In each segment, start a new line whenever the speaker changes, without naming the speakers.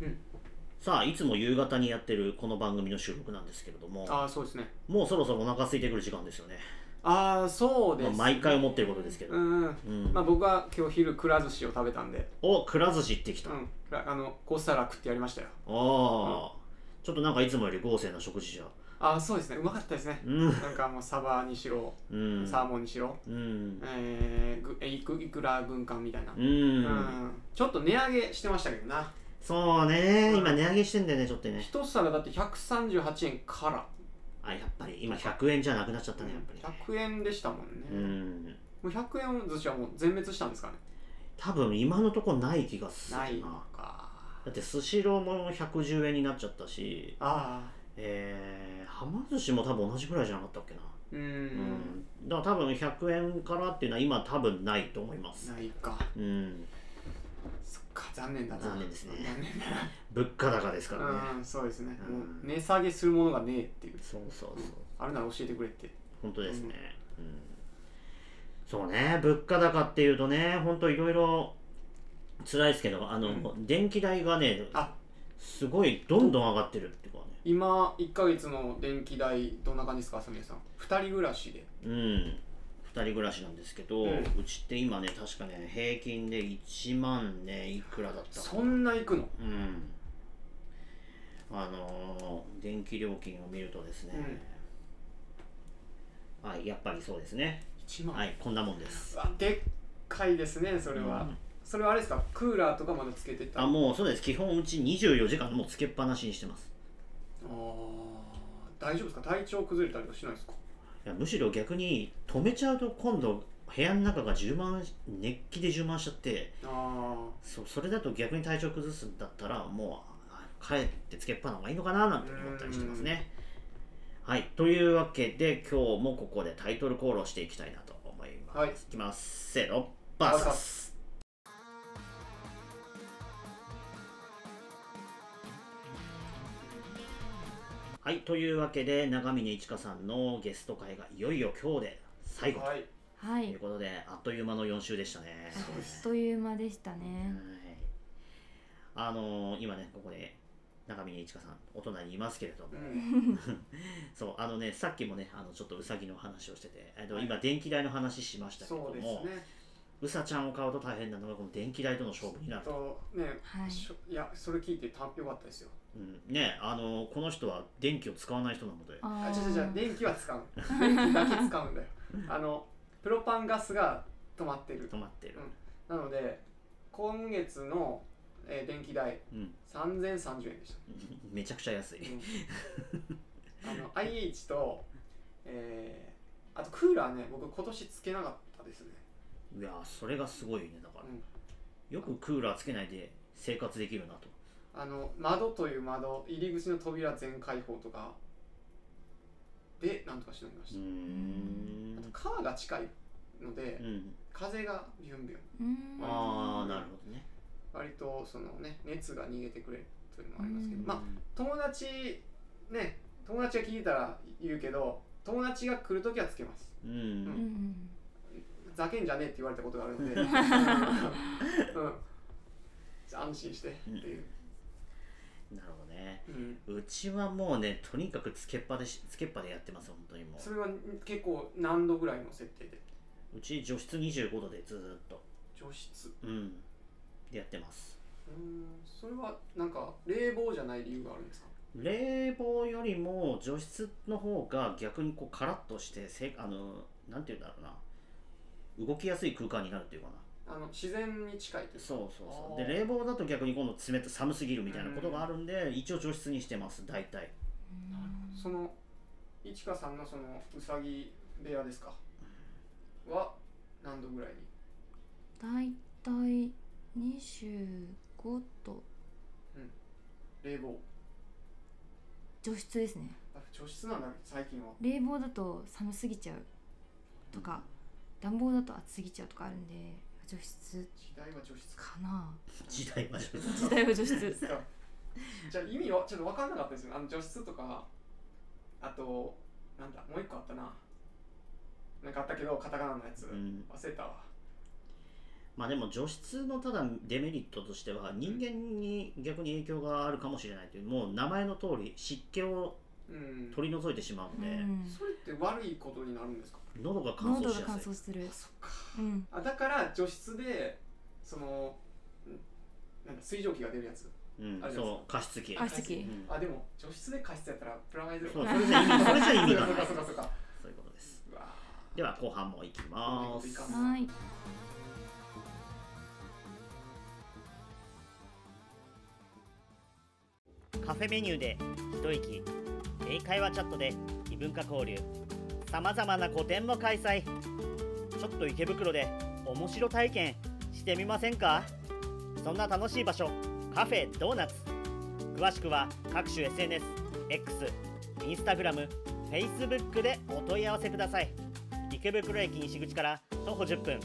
うん
さあいつも夕方にやってるこの番組の収録なんですけれども
ああそうですね
もうそろそろお腹空いてくる時間ですよね
ああそうです、
まあ毎回思ってることですけど、
うんうん
うん
まあ僕は今日昼くら寿司を食べたんで
おくら寿司行ってき
う
た、あ
んくらあの5皿食ってやりましたよ
あ、ちょっとなんかいつもより豪勢な食事じゃ
ああそうですねうまかったですね
うん
なんかもうサバにしろ
うん
サーモンにしろ、
うん
えーぐえいくいくら軍艦みたいな、
うん、
うんちょっと値上げしてましたけどな
そうね今値上げしてんだよねちょっとね
一皿だって138円から
あやっぱり今100円じゃなくなっちゃったねやっぱ
100円でしたもんね、
りうん
もう100円寿司はもう全滅したんですかね
多分今のとこない気がする
ないの
な
か
だってスシローも110円になっちゃったし
ああ
えー、はま寿司も多分同じくらいじゃなかったっけな
うーん
うん、だから多分100円からっていうのは今多分ないと思います
ないか
うん
そっか残念だな
残念ですね
残念だ
物価高です からね、
なうんそうですね、
うん
もう値下げするものがねえっていう
そうそうそう
あるなら教えてくれって
本当ですね、うんそうね物価高っていうとね本当いろいろ辛いですけどあの、
う
電気代がね
あ
すごいどんどん上がってるっていうかね
今1か月の電気代どんな感じですか浅宮さん2人暮らしで
うん2人暮らしなんですけど、う
うん
ちって今ね確かね平均で1万ねいくらだったか
そんな行くの
うんあのー電気料金を見るとですね、はいやっぱりそうですね
1万、
はいこんなもんです
うわでっかいですねそれは、
うん
それはあれですかクーラーとかまだつけてた
あもうそうです基本うち24時間もうつけっぱなしにしてます
あー大丈夫ですか体調崩れたりはしないですか
いやむしろ逆に止めちゃうと今度部屋の中が充満熱気で充満しちゃって
あ
そそれだと逆に体調崩すんだったらもうあ帰ってつけっぱな方がいいのかななんて思ったりしてますねはいというわけで今日もここでタイトルコールをしていきたいなと思います、
はい
いきますせーのバーサ
バーサ
スはいというわけで長峰一華さんのゲスト会がいよいよ今日で最後
あはい
は
とい。
いう
ことであっという間の4週でしたね
あっという間でしたね。
はい、あのー今ねここで中峰一華さんお隣にいますけれども、
うん
そうあのねさっきもねあのちょっとうさぎの話をしてて、えっと
はい
今電気代の話しましたけれど
そうです
も
ね
うさ、ちゃんを買うと大変なのがこの電気代との勝負にな
あ
ると、
とね
はい。
しょいやそれ聞いてたよかったですよ
うん、ねあのーこの人は電気を使わない人なので
あ
あ
違う違う違う電気は使う電気だけ使うんだよあのプロパンガスが止まってる
止まってる、
なので今月の、えー電気代
うん、
3030円でした、
めちゃくちゃ安い、
あの IH と、えーあとクーラーね僕今年つけなかったですね
いやーそれがすごいねだから、
うん
よくクーラーつけないで生活できるなと
あの窓という窓入り口の扉全開放とかでなんとかしのぎまし
う
た、
ん
あと川が近いので
うん
風がビュンビュン
うーん
ああなるほどね
割とそのね熱が逃げてくれるというのもありますけど、
うん
まあ友達ね友達が聞いたら言うけど友達が来るときはつけます
うん、
うんうん。
ざけんじゃねえって言われたことがあるので、うんうん、安心してっていう、
なるほどね
うん、
うちはもうねとにかくつけっぱでしつけっぱでやってます本当にも
それは結構何度ぐらいの設定で
ううち除湿25度でずーっと
除湿
うんでやってます
うんそれはなんか冷房じゃない理由があるんですか
冷房よりも除湿の方が逆にこうカラッとしてせあのなんて言うんだろうな動きやすい空間になるっていうかな
あの自然に近いというか
そうそうそう
あ
で
ー
冷房だと逆に今度冷た寒すぎるみたいなことがあるんで一応除湿にしてます大体
そのいちかさんのそのうさぎ部屋ですかは何度ぐらいに
だいたい二十五と
冷房
除湿ですね。
あ除湿なんだ最近は
冷房だと寒すぎちゃうとか、暖房だと暑すぎちゃうとかあるんで除湿
時代は除湿か
かな。
時代は除湿
時代は除湿。
じゃあ意味はちょっと分かんなかったですよあの除湿とかあとなんだもう一個あったななんかあったけどカタカナのやつ、
うん
忘れたわ
まあでも除湿のただデメリットとしては人間に逆に影響があるかもしれないというもう名前の通り湿気を
うん、
取り除いてしまうんで、
うん
それって悪いことになるんですか
喉が乾燥
喉が
しや
乾
すい
燥する
あ、そっか
うん、
あだから除湿でそのんなんだ水蒸気が出るやつ
うん
あ、れです
そう加湿器
加湿器
うん
あでも除湿で加湿やったらプラマイゼロ
そう
か
それじゃ意味それじゃ意味が
そ
な
うか
い
そうかそうか
そういうことです
うわ
では後半もいきま
いい
す
か
はい
カフェメニューで一息英会話チャットで異文化交流さまざまな個展も開催ちょっと池袋で面白体験してみませんかそんな楽しい場所カフェドーナツ詳しくは各種 SNSX インスタグラム Facebook でお問い合わせください池袋駅西口から徒歩10分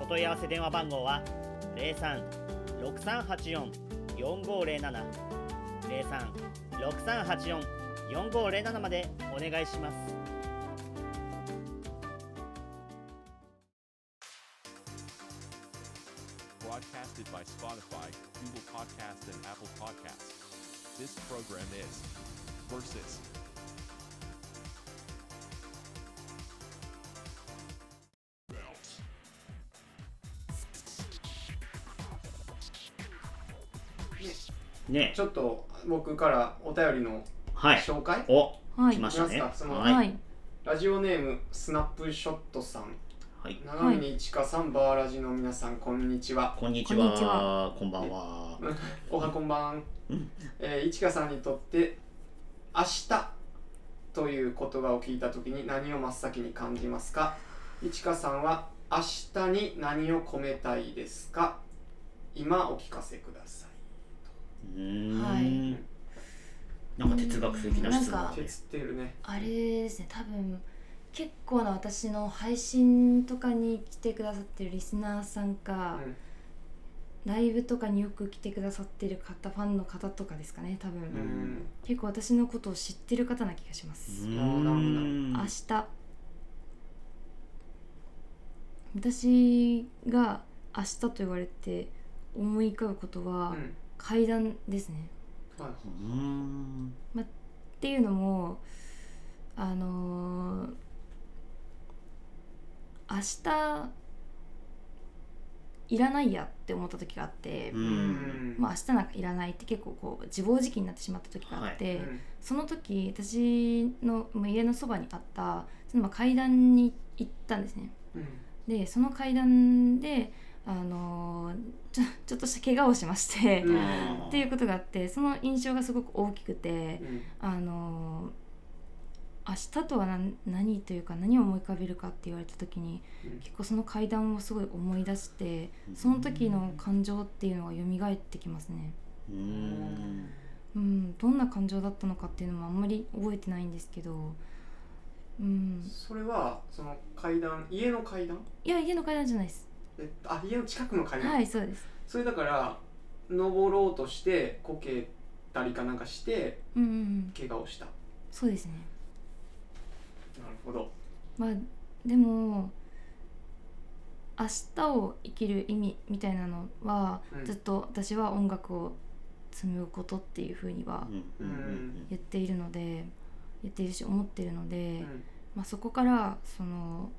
お問い合わせ電話番号は0363844507 03-6384-4507までお願いします。
broadcasted by Spotify, Google Podcasts, and Apple Podcasts. This program is Versus.
ね
ちょっと僕からお便りの
はい
紹介、
お
はい
来ましたね
いきますかその
はい
はい
ラジオネームスナップショットさん
はい
長峰一華さん、バーラジの皆さんこんにちは
こんにち
こんにち
はこんばんは
おはこんばん、えー、一華さんにとって明日という言葉を聞いた時に何を真っ先に感じますか一華さんは明日に何を込めたいですか今お聞かせくださ
うーん、
はい
なんか哲学的な質問
なん
だ
か
い
ね
鉄ってるね
あれですね多分結構な私の配信とかに来てくださってるリスナーさん
う
か、
ん
ライブとかによく来てくださってる方ファンの方とかですかね多分、
うん、
結構私のことを知ってる方な気がしま
う
す、
ー
なん
ん
明日私が明日と言われて思い浮かぶことは、
うん
階段ですね
は
うーん
っていうのもあのー明日いらないやって思った時があって、
う
い
ん
まあ明日なんかいらないって結構こう自暴自棄になってしまった時があっ
う
て、
んうん
その時私のまあ家のそばにあったそのまあ階段に行ったんですねでその階段であのーちょちょっとした怪我をしまして、
うん
っていうことがあってその印象がすごく大きくて
う、ん
あのー明日とは何何というか何を思い浮かべるかって言われた時に
うん
結構その階段をすごい思い出して
うん
その時の感情っていうのが蘇ってきますね。
うーん
うん、どんな感情だったのかっていうのもあんまり覚えてないんですけど、うん、
それはその階段家の階段
いや家の階段じゃないです。
えあ家の近くの階段、
はいそうです。
それだから登ろうとしてこけたりかなんかして
うんうんうん、
怪我をしたな
そうですね。
るほど
まあでも明日を生きる意味みたいなのは、
うん
ずっと私は音楽を紡ぐことっていうふうには
うんうん
言っているので言っているし思っているので、
うん
まあ、そこからその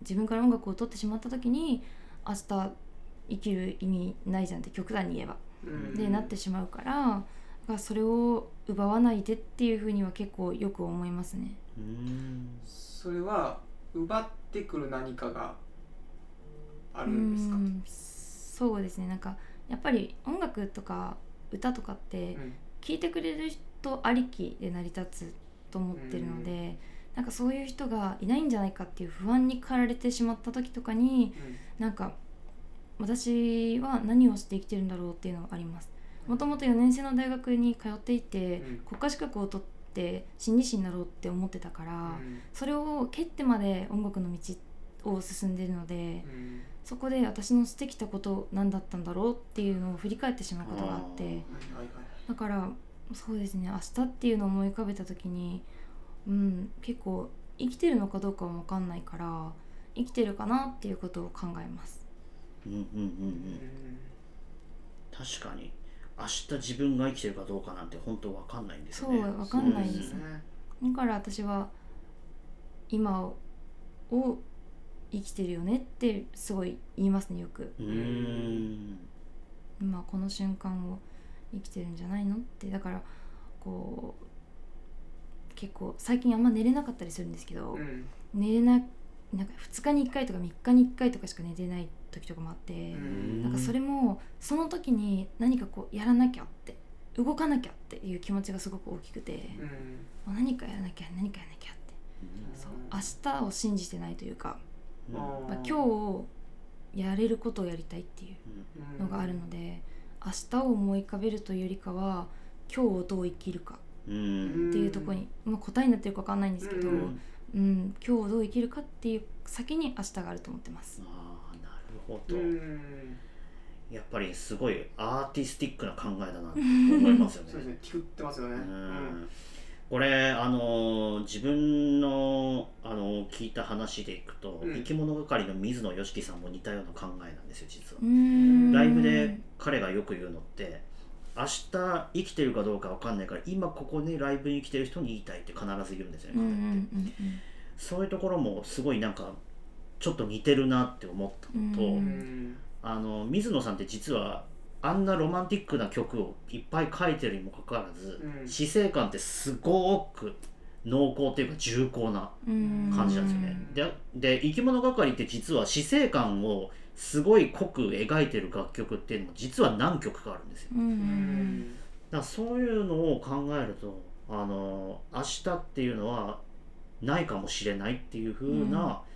自分から音楽を取ってしまった時に明日生きる意味ないじゃんって極端に言えば、
うん
でなってしまうからだからそれを奪わないでっていうふうには結構よく思いますね。
うんうん
それは奪ってくる何かがあるんですか
うんそうですねなんかやっぱり音楽とか歌とかって
うん
聴いてくれる人ありきで成り立つと思ってるので、なんかそういう人がいないんじゃないかっていう不安に駆られてしまった時とかになんか私は何をして生きてるんだろうっていうのはあります。もともと4年生の大学に通っていて、
うん
国家資格を取って心理師になろうって思ってたから、
うん
それを蹴ってまで音楽の道を進んでるので。
うん
そこで私のしてきたこと何だったんだろうっていうのを振り返ってしまうことがあっ
あー
て
はいはいはい
だからそうですね明日っていうのを思い浮かべた時にうん結構生きてるのかどうかは分かんないから生きてるかなっていうことを考えます。
ううんうんうんうん確かに明日自分が生きてるかどうかなんて本当わかんないんですよね
そうわかんないです
ね
ね
だから私は今を生きてるよねってすごい言いますねよく
うーん
今この瞬間を生きてるんじゃないのってだからこう結構最近あんま寝れなかったりするんですけど、
うん
寝れななんか2日に1回とか3日に1回とかしか寝てない時とかもあって、
う
なんかそれもその時に何かこうやらなきゃって動かなきゃっていう気持ちがすごく大きくて、
うん
もう何かやらなきゃ何かやらなきゃってそう明日を信じてないという
うん
か、
あー
まあ、今日をやれることをやりたいっていう
うん
うん
のがあるので明日を思い浮かべるというよりかは今日をどう生きるか
うん
ん
っていうところに、まあ、答えになってるか分かんないんですけど、
う
うんん今日をどう生きるかっていう先に明日があると思ってます。
あーなるほ
う
ど、
ん
やっぱりすごいアーティスティックな考えだなって思いますよね
そうですねティクってますよね
う
うん
んこれあのー自分のあのー聞いた話でいくと、
うん
生き物係の水野良樹さんも似たような考えなんですよ実は
う、ーん
ライブで彼がよく言うのって明日生きてるかどうかわかんないから今ここにライブに来てる人に言いたいって必ず言うんですよね、
うんう
彼
ん
っ
う
て
ん
そういうところもすごいなんかちょっと似てるなって思ったのと、
うん
うん
あの水野さんって実はあんなロマンティックな曲をいっぱい書いてるにもかかわらず、
うん
死生観ってすごく濃厚というか重厚な
うんうん
感じなんですよね
うん。
でで生き物係って実は死生観をすごい濃く描いてる楽曲っていうのも実は何曲かあるんですよ。
うんうんう
うんん
だからそういうのを考えるとあの明日っていうのはないかもしれないっていう風な、うん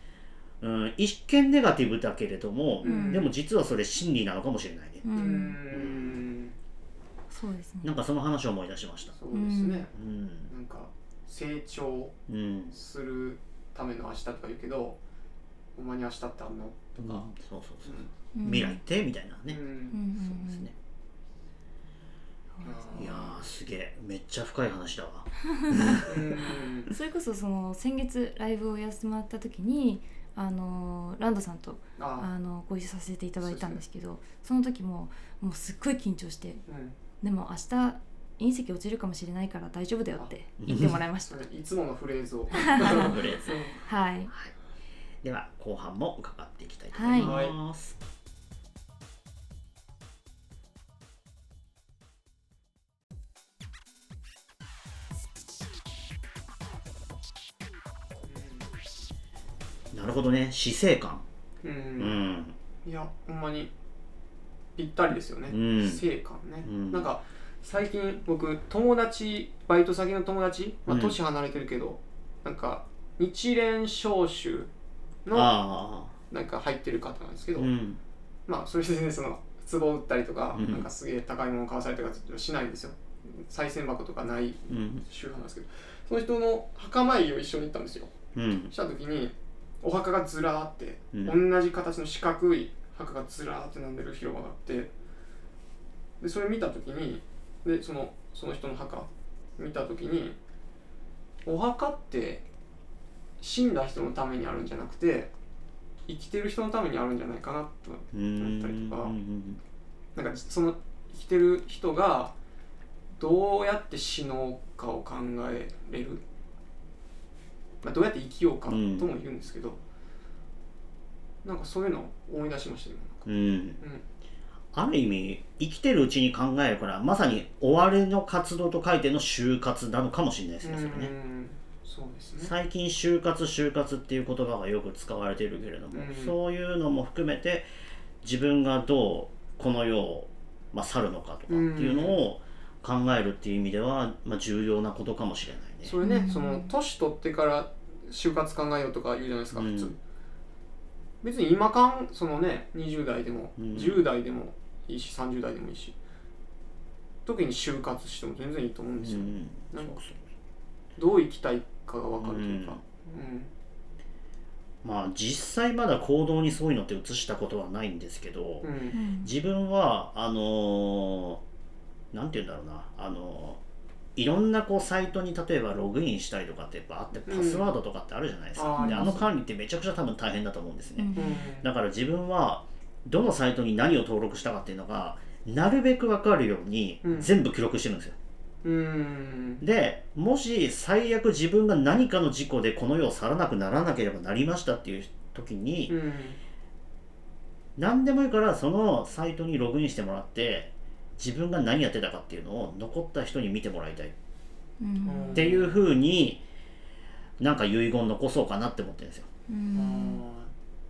一見ネガティブだけれども、
うん
でも実はそれ真理なのかもしれないね。
う
うんん
そうです
な
ね
んかその話を思い出しました。
そうですね
うん。
なんか成長
うん。
するための明日とか言うけどほんまに明日ってあんのとか
そうそうそう。
うん
未来ってみたいな
う
ね。
う
ん
んうん
そうですね。
そうです
いやー、すげえ。めっちゃ深い話だわ。
うん
それこそその先月ライブをやらせてもらった時にあのーランドさんと
あ
あのご一緒させていただいたんですけどその時ももうすっごい緊張して
うん
でも明日隕石落ちるかもしれないから大丈夫だよって言ってもらいまし
そ
た
れいつものフレーズ を
フレーズ
は
は
い
い。では、後半も伺っていきたいと思います。なるほどね。死生観。
う
うんん。
いやほんまにぴったりですよね、
うん
成果ね、
うん
なんか最近僕友達バイト先の友達、まあ、
うん
年離れてるけど、なんか日蓮召集の
あ
なんか入ってる方なんですけ
あ。
ど、
うん。
まあそれでねその壺を売ったりとか、
うん
なんかすげえ高いもの買わされたりとかしないんですよ賽銭箱とかない
うん。
宗派なんですけどその人の墓参りを一緒に行ったんですよ
うん。
した時にお墓がずらーって、
うん
同じ形の四角い墓がずらーって並んでる広場があってでそれ見た時にでそのその人の墓見た時にお墓って死んだ人のためにあるんじゃなくて生きてる人のためにあるんじゃないかなと
うん。
だったりとか
うん
なんかその生きてる人がどうやって死のうかを考えれる、まあ、どうやって生きようかと
うん
も言うんですけど、なんかそういうのを思い出しました今
うん
うん
ある意味生きてるうちに考えるからまさに終わりの活動と書いての就活なのかもしれないですねそれ
う
ね
んそうですね
最近就活就活っていう言葉がよく使われているけれども、
うん
そういうのも含めて自分がどうこの世を、まあ、去るのかとかっていうのを考えるっていう意味では、まあ、重要なことかもしれないね
それね、
うん
その年取ってから就活考えようとか言うじゃないですか、
うん
普通別に今かんそのね20代でも、
うん
10代でもいいし30代でもいいし特に就活しても全然いいと思うんです
う
よ、
ん
なんかどう生きたいかが分かるというか、
まあ実際まだ行動にそういうのって移したことはないんですけど、
うんうん
うん
自分はあのーなんて言うんだろうなあのーいろんなこうサイトに例えばログインしたりとかってやっぱあって
うん
パスワードとかってあるじゃないですか、
あー
で
あ
あ
りま
の
す
管理ってめちゃくちゃ多分大変だと思うんですね、
うん
うん
だから自分はどのサイトに何を登録したかっていうのがなるべく分かるように
うん
全部記録してるんですよ、
うん
でもし最悪自分が何かの事故でこの世を去らなくならなければなりましたっていう時に、
うん
何でもいいからそのサイトにログインしてもらって自分が何やってたかっていうのを残った人に見てもらいたいっ
うん
ていうふうになんか遺言残そうかなって思ってるんですよ
う
あ
ん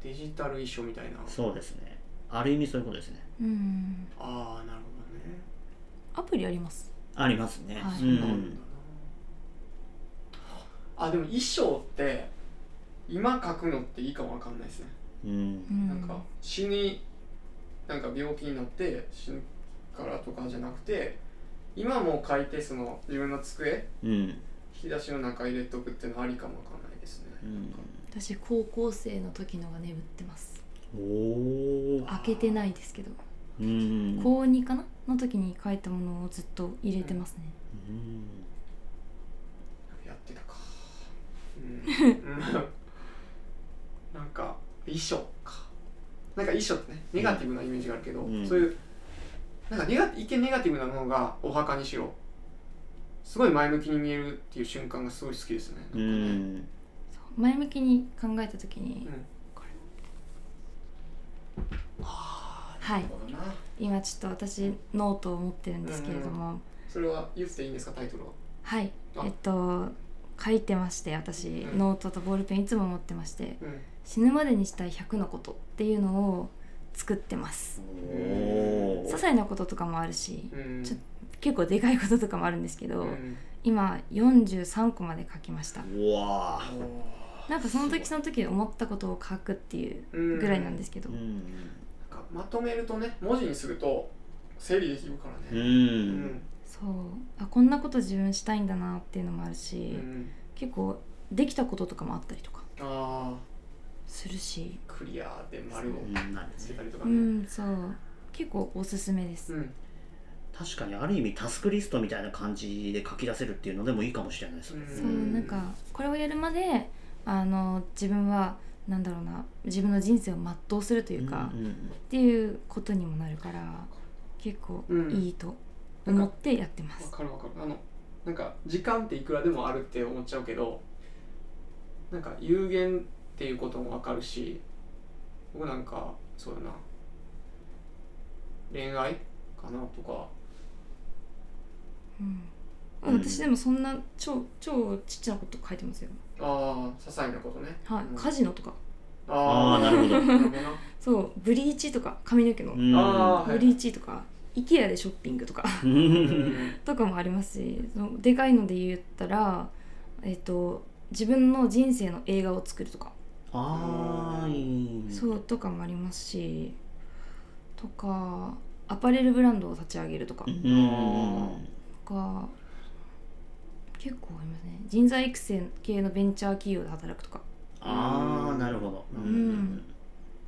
ーデジタル遺書みたいな
そうですねある意味そういうことですね
うん
ああなるほどね
アプリあります
ありますね、
はい
うん
そうなんだなあでも衣装って今書くのっていいかもわかんないですね、
うん
うん
なんか死になんか病気になって死ぬからとかじゃなくて今もう書いてその自分の机
うん
引き出しの中入れとくっていうのありかもわかんないですね、
うん
私高校生の時のが眠ってます
おー
開けてないですけど
うん
高2かなの時に書いたものをずっと入れてますね
うん
やってたかうんうんなんか衣装かなんか衣装ってねネガティブなイメージがあるけど、
うん
そういうなんかネガ一見ネガティブなものがお墓にしろすごい前向きに見えるっていう瞬間がすごい好きですね
う
なんかね
ん
そう前向きに考えた時に、
うん
これはい
なるほどな
今ちょっと私ノートを持ってるんですけれども、
それは言っていいんですかタイトルは
はい
あ
えっと書いてまして私、
うん
ノートとボールペンいつも持ってまして
うん
死ぬまでにしたい100のことっていうのを作ってます
お
些
ー
細なこととかもあるし
うん
ちょっ結構でかいこととかもあるんですけど、
うん
今43個まで書きました
うわ
お
ー
なんかその時その時で思ったことを書くっていう
ー
ぐらいなんですすけど、
う
なんかまとめるとね文字にすると整理できるから
んう
ね
ん
そうあこんなこと自分したいんだなっていうのもある
う
し、
ん
結構できたこととかもあったりとか
ああ
するし
クリアで丸を
うんなんで
つ
す
け
ね
たりとか
う
ね、
んそう結構おすすめです、
うん
確かにある意味タスクリストみたいな感じで書き出せるっていうのでもいいかもしれないですね、
そうなんかこれをやるまであの自分はなんだろうな自分の人生を全うするというか、
う
っ
ん
ていうことにもなるから結構いいと思ってやってま
わ
す、
かるわかるあのなんか時間っていくらでもあるって思っちゃうけどなんか有限っていうこともわかるし僕なんかそうだな恋愛かなとか
うん
うん
私でもそんな超超ちっちゃなこと書いてますよ
ああ些細なことね
はい、
うん
カジノとか
ああなるほど
な るほどな
そうブリーチとか髪の毛の
うんうん
あ
ブリーチとか IKEA でショッピングとか
う
うんん
とかもありますしそのでかいので言ったらえっ、と自分の人生の映画を作るとか、
あーいい
そうとかもありますしとかアパレルブランドを立ち上げるとか、
うん
と
うん
か結構ありますね人材育成系のベンチャー企業で働くとか
ああなるほどうん
うん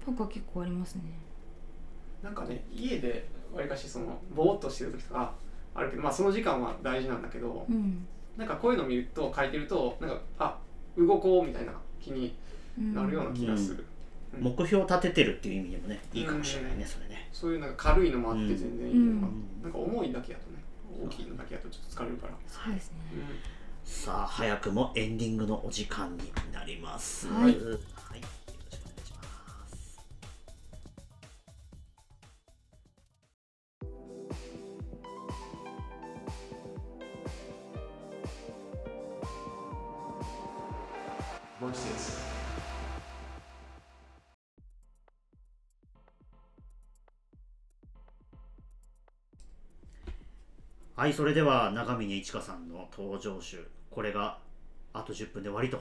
とか結構ありますね
なんかね家でわりかしそのぼーっとしてる時とかあるけどまあその時間は大事なんだけど、
うん、
なんかこういうの見ると書いてるとなんかあ動こうみたいな気に
うん、
なるような気がする、
目標を立ててるっていう意味でもねいいかもしれないねそれね
そういうなんか軽いのもあって全然いいのが、
うん
なんか重いだけやとね大きいのだけやとちょっと疲れるから、
そうですね
さあ早くもエンディングのお時間になります
はい
はい、よろしくお願いしますはいそれでは長峰一華さんの登場集これがあと10分で終わりと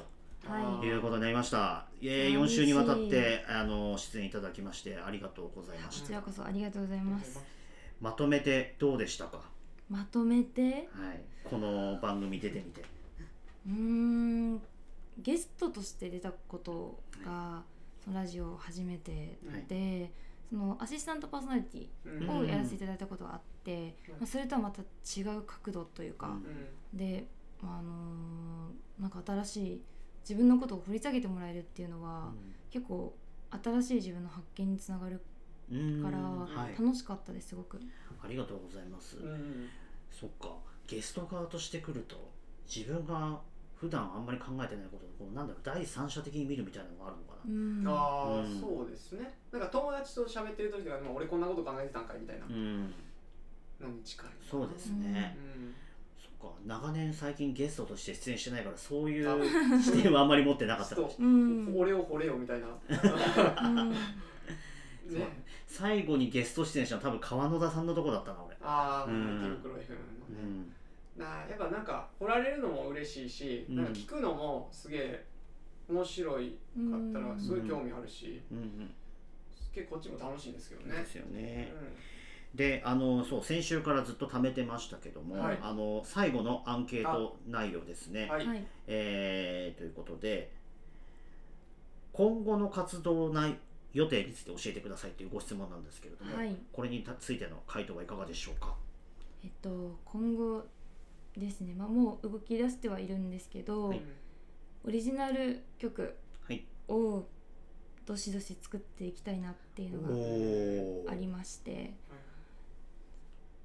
はい
いうことになりました、えー、4
寂しい
週にわたってあの出演いただきましてありがとうございま
こ
し
ちらこそありがとうございます
たまとめてどうでしたか、は
まとめて
い、この番組出てみて
うーんゲストとして出たことがそのラジオを初めてで、そのアシスタントパーソナリティ
うん
をやらせていただいたことがあって、
うん
まあ、それとはまた違う角度というか、で、あのーなんか新しい自分のことを掘り下げてもらえるっていうのは、結構新しい自分の発見につながる
うん
から、
はい、
楽しかったですすごく
ありがとうございます、
うん
そっかゲスト側として来ると自分が普段あんまり考えてないことをこうなんだろう第三者的に見るみたいなのがあるのか
う
な、
ん
ああ、
うん
そうですねなんか友達と喋ってる時とかでも俺こんなこと考えてたんかいみたいな
うん
のに近いな
そうですね、そっか長年最近ゲストとして出演してないからそういう
あ
視点はあんまり持ってなかったかもしれない
ち
う
ょっ
ん
と俺を惚れよみたいな
うん
ね
最後にゲスト出演したの多分川野田さんのとこだったな俺
ああ
うん
池袋 FM のね
うん
なあやっぱなんか掘られるのも嬉しいし、
うん
なんか聞くのもすげえ面白いかったらすごい興味あるし、
うんうん
結構こっちも楽しいんですけどね
で。すよね、であのそう先週からずっと貯めてましたけども、
はい
あの最後のアンケート内容です
う
ね
ん、はい、
はい
えーということで今後の活動内予定について教えてくださいというご質問なんですけれども、
はい
これについての回答はいかがでしょうか、
えっと今後ですね、まあ、もう動き出してはいるんですけど、
はい
オリジナル曲
はい、
をどしどし作っていきたいなっていうのが
お
ありまして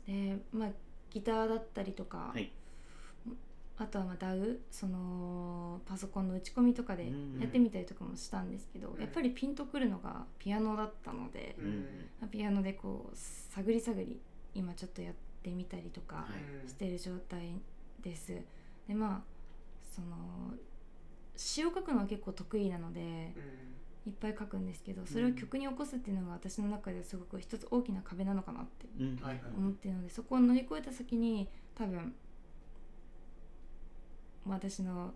でまあギターだったりとか、
はい
あとはまあ DAW そのパソコンの打ち込みとかでやってみたりとかもしたんですけど、
うん
やっぱりピンとくるのがピアノだったので、
うん
うん
まあピアノでこう探り探り今ちょっとやってみたりとか。
は
してる状態ですでまあその詩を書くのは結構得意なのでいっぱい書くんですけどそれを曲に起こすっていうのが私の中ですごく一つ大きな壁なのかなって
うん
はいはい
思ってるのでそこを乗り越えた先に多分私の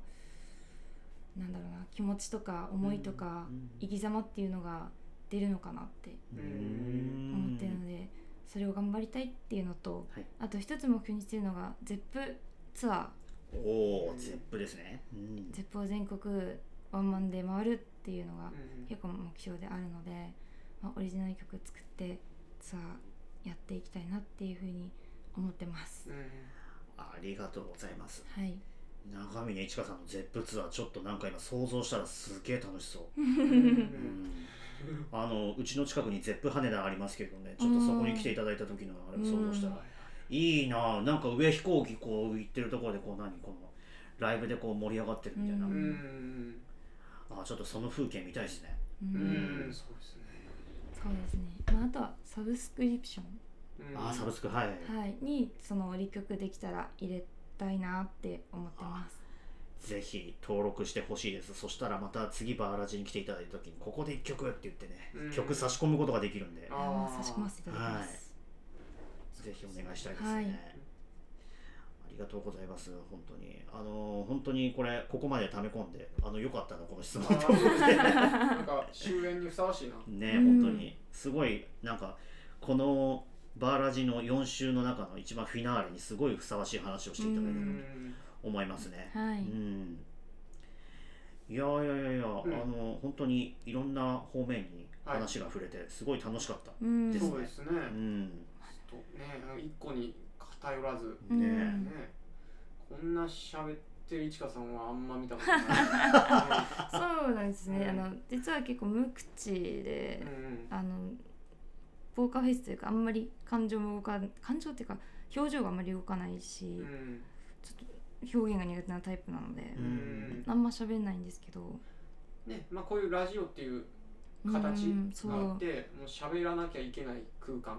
なんだろうな気持ちとか思いとか
うん
生き様っていうのが出るのかなって
うん
思ってるので、それを頑張りたいっていうのと、
はい
あと一つ目標にしてるのが ZEP ツア
おおゼップですね、うん
ー ZEP を全国ワンマンで回るっていうのが
うん
結構目標であるので、まあ、オリジナル曲作ってツアーやっていきたいなっていうふうに思ってます、
ありがとうございます
はい
中峰一華さんのゼップツアーちょっとなんか今想像したらすげえ楽しそう
うん
うんあのうちの近くにゼップ羽田ありますけどねちょっとそこに来ていただいた時のあれを想像したらいいなあなんか上飛行機こう行ってるところでこう何このライブでこう盛り上がってるみたいな、
う
うんん
あちょっとその風景見たいですね
うん
うんそうですね
そうですね、まあ、あとはサブスクリプショ
うん
あサブスクはい、
ン、はい、にその折り曲できたら入れたいなって思ってます
ぜひ登録してほしいですそしたらまた次バーラジに来ていただいた時にここで1曲って言ってね、
うん
曲差し込むことができるんで
あ
あの差し込ませていただき
は
ます、
いぜひお願いしたいですね、
はい
ありがとうございます本当にあの本当にこれここまで溜め込んであのよかったなこの質問
あ
と思って
ーなんか終焉にふさわしいな
ね、
うん
本当にすごいなんかこのバーラジの4週の中の一番フィナーレにすごいふさわしい話をしていただいた
う
と
ん
思いますね。
はい
うんいやいやいやいや、
ん
あの本当にいろんな方面に
はい
話が触れてすごい楽しかった。
うん
ですね
そうですね
うん
ちょっとね一個に偏らず
うん
ね
ねこんな喋ってるいちかさんはあんま見たことない
そうなんですね、
うん
あの実は結構無口 で
う、ん
あのポーカーフェイスというかあんまり感情も動か感情っていうか表情があんまり動かないし、
うん
表現が苦手なタイプなので、
うん
あんま喋んないんですけど
ねまあこういうラジオっていう
うん
形
そう
があってもう喋らなきゃいけない空間っ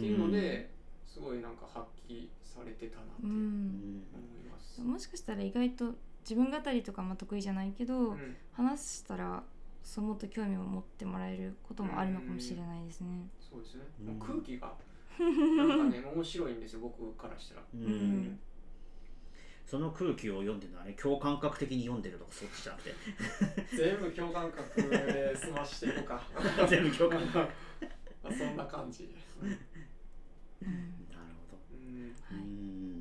ていうので、すごいなんか発揮されてたなって
う、
思い
うんん
ます。
もしかしたら意外と自分語りとかあんま得意じゃないけど、
うん
話したらそうもっと興味を持ってもらえることもあるのかもしれないですね。
そうですね。
うん
もう空気がなんかね面白いんですよ僕からしたら。
うん
ん
その空気を読んでるのはね共感覚的に読んでるとかそっちじゃなくて
全部共感覚で済ましていこう か。
全部共感覚。
あそんな感じ。
なるほど。
うん
うん。
は
う
い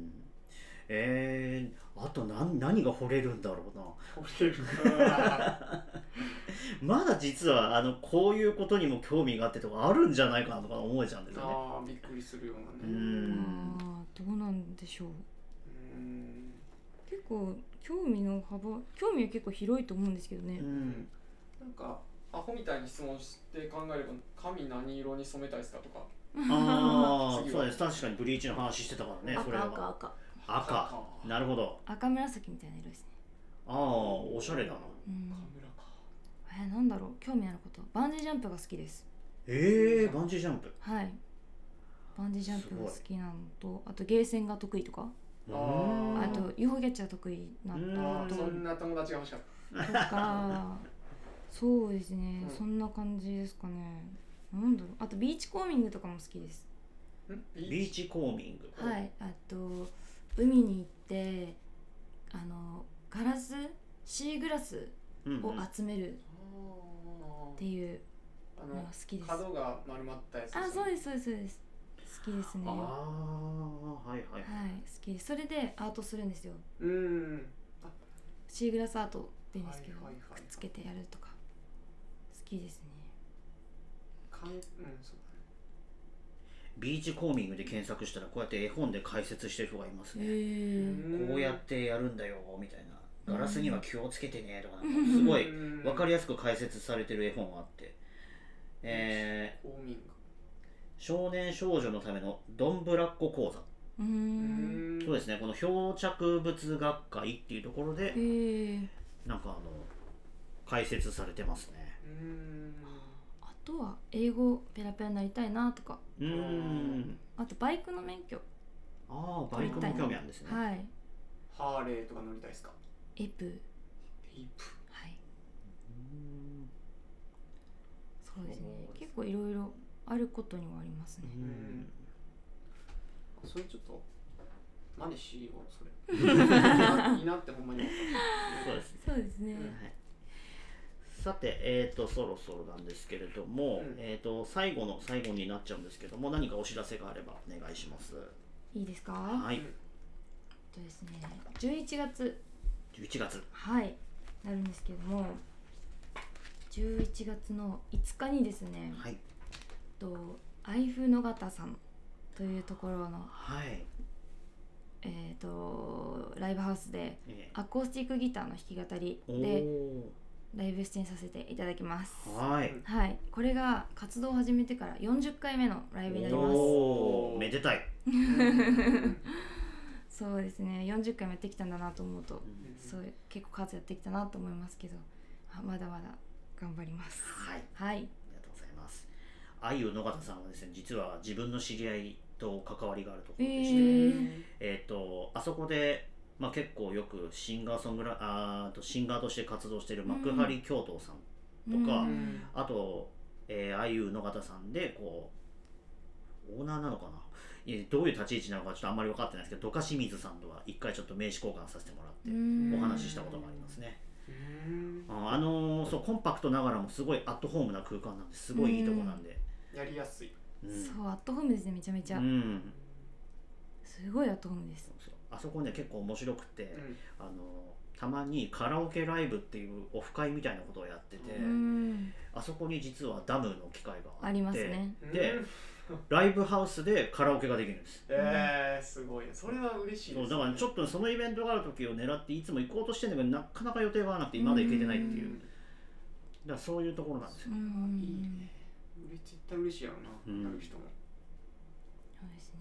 んえー、あと何何が惚れるんだろうな
折れるか。
まだ実はあのこういうことにも興味があってとかあるんじゃないかなとか思えちゃうんですよね。
ああびっくりするよう
う
なね。
ん
あーどうなんでしょう
うん。
結構興味の幅興味は結構広いと思うんですけどね
う。ん
なんかアホみたいに質問して考えれば髪何色に染めたいですかとか
ああ
次は
そうです確かにブリーチの話してたからねそれ
赤赤
は
赤
赤
赤
なるほど
赤紫みたいな色ですね
ああおしゃれだな
うん
カメラか
えー、なんだろう興味あることバンジージャンプが好きです
ええバンジージャンプ
はいバンジージャンプが好きなのとあとゲーセンが得意とか
あ
うん
ー
あと UFO キャッチャー得意な
うん
あ
の
ー
と
そんな友達が欲しかっ
とかそうですね、
うん
そんな感じですかねなんだろうあとビーチコーミングとかも好きです
たんビ
ビーチコーミング
はいあと海に行ってあのガラスシーグラス
うんうん
を集めるっ
あ
ていう
ーあ
のが
の
好きです、
角が丸まったやつ
あそう
す
ですそうですそうです好きですね
ああ
は
はいはい
い好きですそれでアートするんですよ
うん
シーグラスアートって言うんですけど、
はいはいはいはい
くっつけてやるとか好きですね
かんうんそうだね
ビーチコーミングで検索したらこうやって絵本で解説してる人がいますね
へえ
こうやってやるんだよみたいなガラスには気をつけてねとかなんかすごい分かりやすく解説されてる絵本があってえ
公民
ー少年少女のためのどんぶらっこ講座
うーん
そうですすねこの漂着物学会っていうところで
へえ
なんかあの解説されてますね
うん
あとは英語ペラペラになりたいなとか
うーん
あとバイクの免許
ああバイクも興味あるんですね、
はい
ハーレーとか乗りたいですか
エプ
テープ
はい
うん
そうです
そう
ね
ですね
結構いろいろあることにはありますね
うん
それちょっと真似しようそ れいいないいなってほんまに思っ
そうですね
そうですね
うん
はいさて、えー、とそろそろなんですけれども、
うん
えー、と最後の最後になっちゃうんですけども何かお知らせがあればお願いします
いいですか
は
う
い
ん
えっとですね11月
11月
はいなるんですけども11月の5日にですね
はい
えっと愛風野方さんというところの、
はい、
えー、とライブハウスで
え
アコースティックギターの弾き語り
ー
で
お
ライブ出演させていただきます
ーはい
うん
はいこれが活動を始めてから40回目のライブになります
おーめでたい、
て
そうですね40回もやってきたんだなと思うと
うん
そう結構数やってきたなと思いますけどあまだまだ頑張ります
はいあ
はい
りがとうございますあゆ野方さんはですね実は自分の知り合いと関わりがあるところでして、
えー
えっ、とあそこで、まあ、結構よくシンガーソングラあーとシンガーとして活動している幕張教頭さん、とか
うん
あと、えー、あゆ野方さんでこうオーナーなのかないやどういう立ち位置なのかちょっとあんまり分かってないですけどドカ清水さんとは一回ちょっと名刺交換させてもらって
うん
お話ししたことがありますねああのーそうコンパクトながらもすごいアットホームな空間なんですごいいいとこなんで
やりやすい
うん
そうアットホームですねめちゃめちゃ、
うん
すごいアットホームです
そうそうあそこね結構面白くて、
うん
あのたまにカラオケライブっていうオフ会みたいなことをやってて、
う
うん
あそこに実はダムの機械があって
ありますね
で
うん
ライブハウスでカラオケができるんです
えーすごいねそれは嬉しい
そうだからちょ
っ
っとそのイベントがある時を狙っていつも行こうとしてんだけどなかなか予定が合わなくてまだ行けてないっていううんだからそういうところなんです
う
よ、
ん
いいねうれ絶対嬉しいやろ
うん
ななる人も
そうですね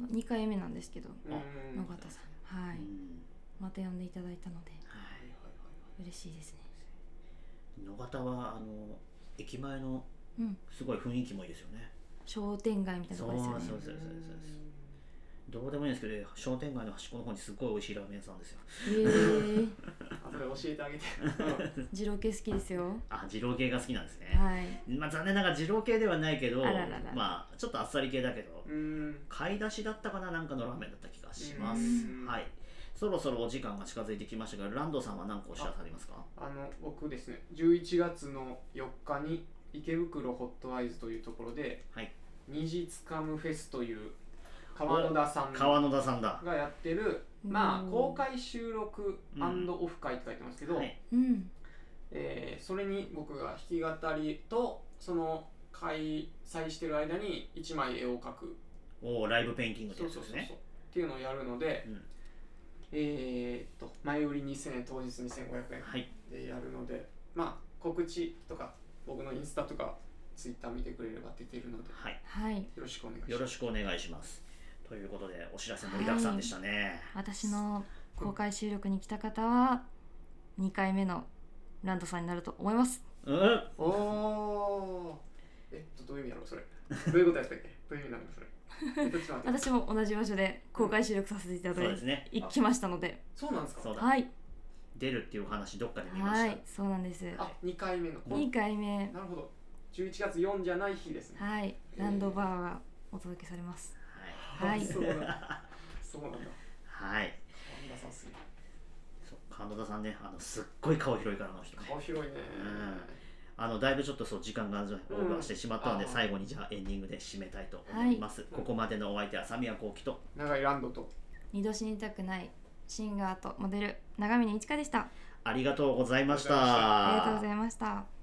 うん
2回目なんですけど
うん
野方さんはい、
うん
また呼んでいただいたので
はい
嬉しいですね
野方はあの駅前の
うん
すごい雰囲気もいいですよね
商店街みたいなとこですよね
そうそうそうそうそうどこでもいいんですけど商店街の端っこの方にすっごい美味しいラーメン屋さんですよ
えー、
あそれ教えてあげて
二郎系好きですよ
あ二郎系が好きなんですね、
はい
まあ、残念ながら二郎系ではないけど
あらららら
まあちょっとあっさり系だけど
うん
買い出しだったかななんかのラーメンだった気がします、
うん
はいそろそろお時間が近づいてきましたがランドさんは何個お知らせありますか
あの僕ですね11月の4日に池袋ホットアイズというところで
はい
虹つかむフェスという川野田さん
川野田さんだ
がやってるま
う
あ
ん
公開収録
うん
オフ会って書いてますけど、
はい
うん
えーそれに僕が弾き語りとその開催してる間に1枚絵を描く
おーライブペインティングって
そ
や
う
つ
そう
で
そ
す
うそう、
ね
っていうのをやるので、
うん
えーっと前売り2000円当日2500円
はい
でやるのでまあ告知とか僕のインスタとかツイッター見てくれれば出てるのでよ
はい、
はい
ろしくお願いします
よろしくお願いします。ということで、お知らせ盛りだくさんでしたね。
私の公開収録に来た方は2回目のランドさんになると思います
うん、
おおーえっとどういう意味やろうそれどういうことやったっけどういう意味なのそれえっとちょっと 待って
私も同じ場所で公開収録させていた
そ
だ
う
い
です
て
ね。
行きましたので
そうなんですか
そうだ、
はい
出るっていうお話、どっかで見ま
は
した
い。そうなんです
あ二回目の
うん
2回目
なるほど11月4じゃない日ですね
はいランドバーがお届けされます
あ
はい
そうなんだそうなんだ
はい。はい。
神田さんすげえ
そう神田さんね、あのすっごい顔広いからあの人ね。
顔広いね
んあのだいぶちょっとそう時間がオーバーしてしまったので、
うんあー
最後にじゃあエンディングで締めたいと思います。
い
ここまでのお相手は三宮幸喜と
長いランドと
二度死にたくないシンガーとモデル長峰一花でした
ありがとうございました。
ありがとうございました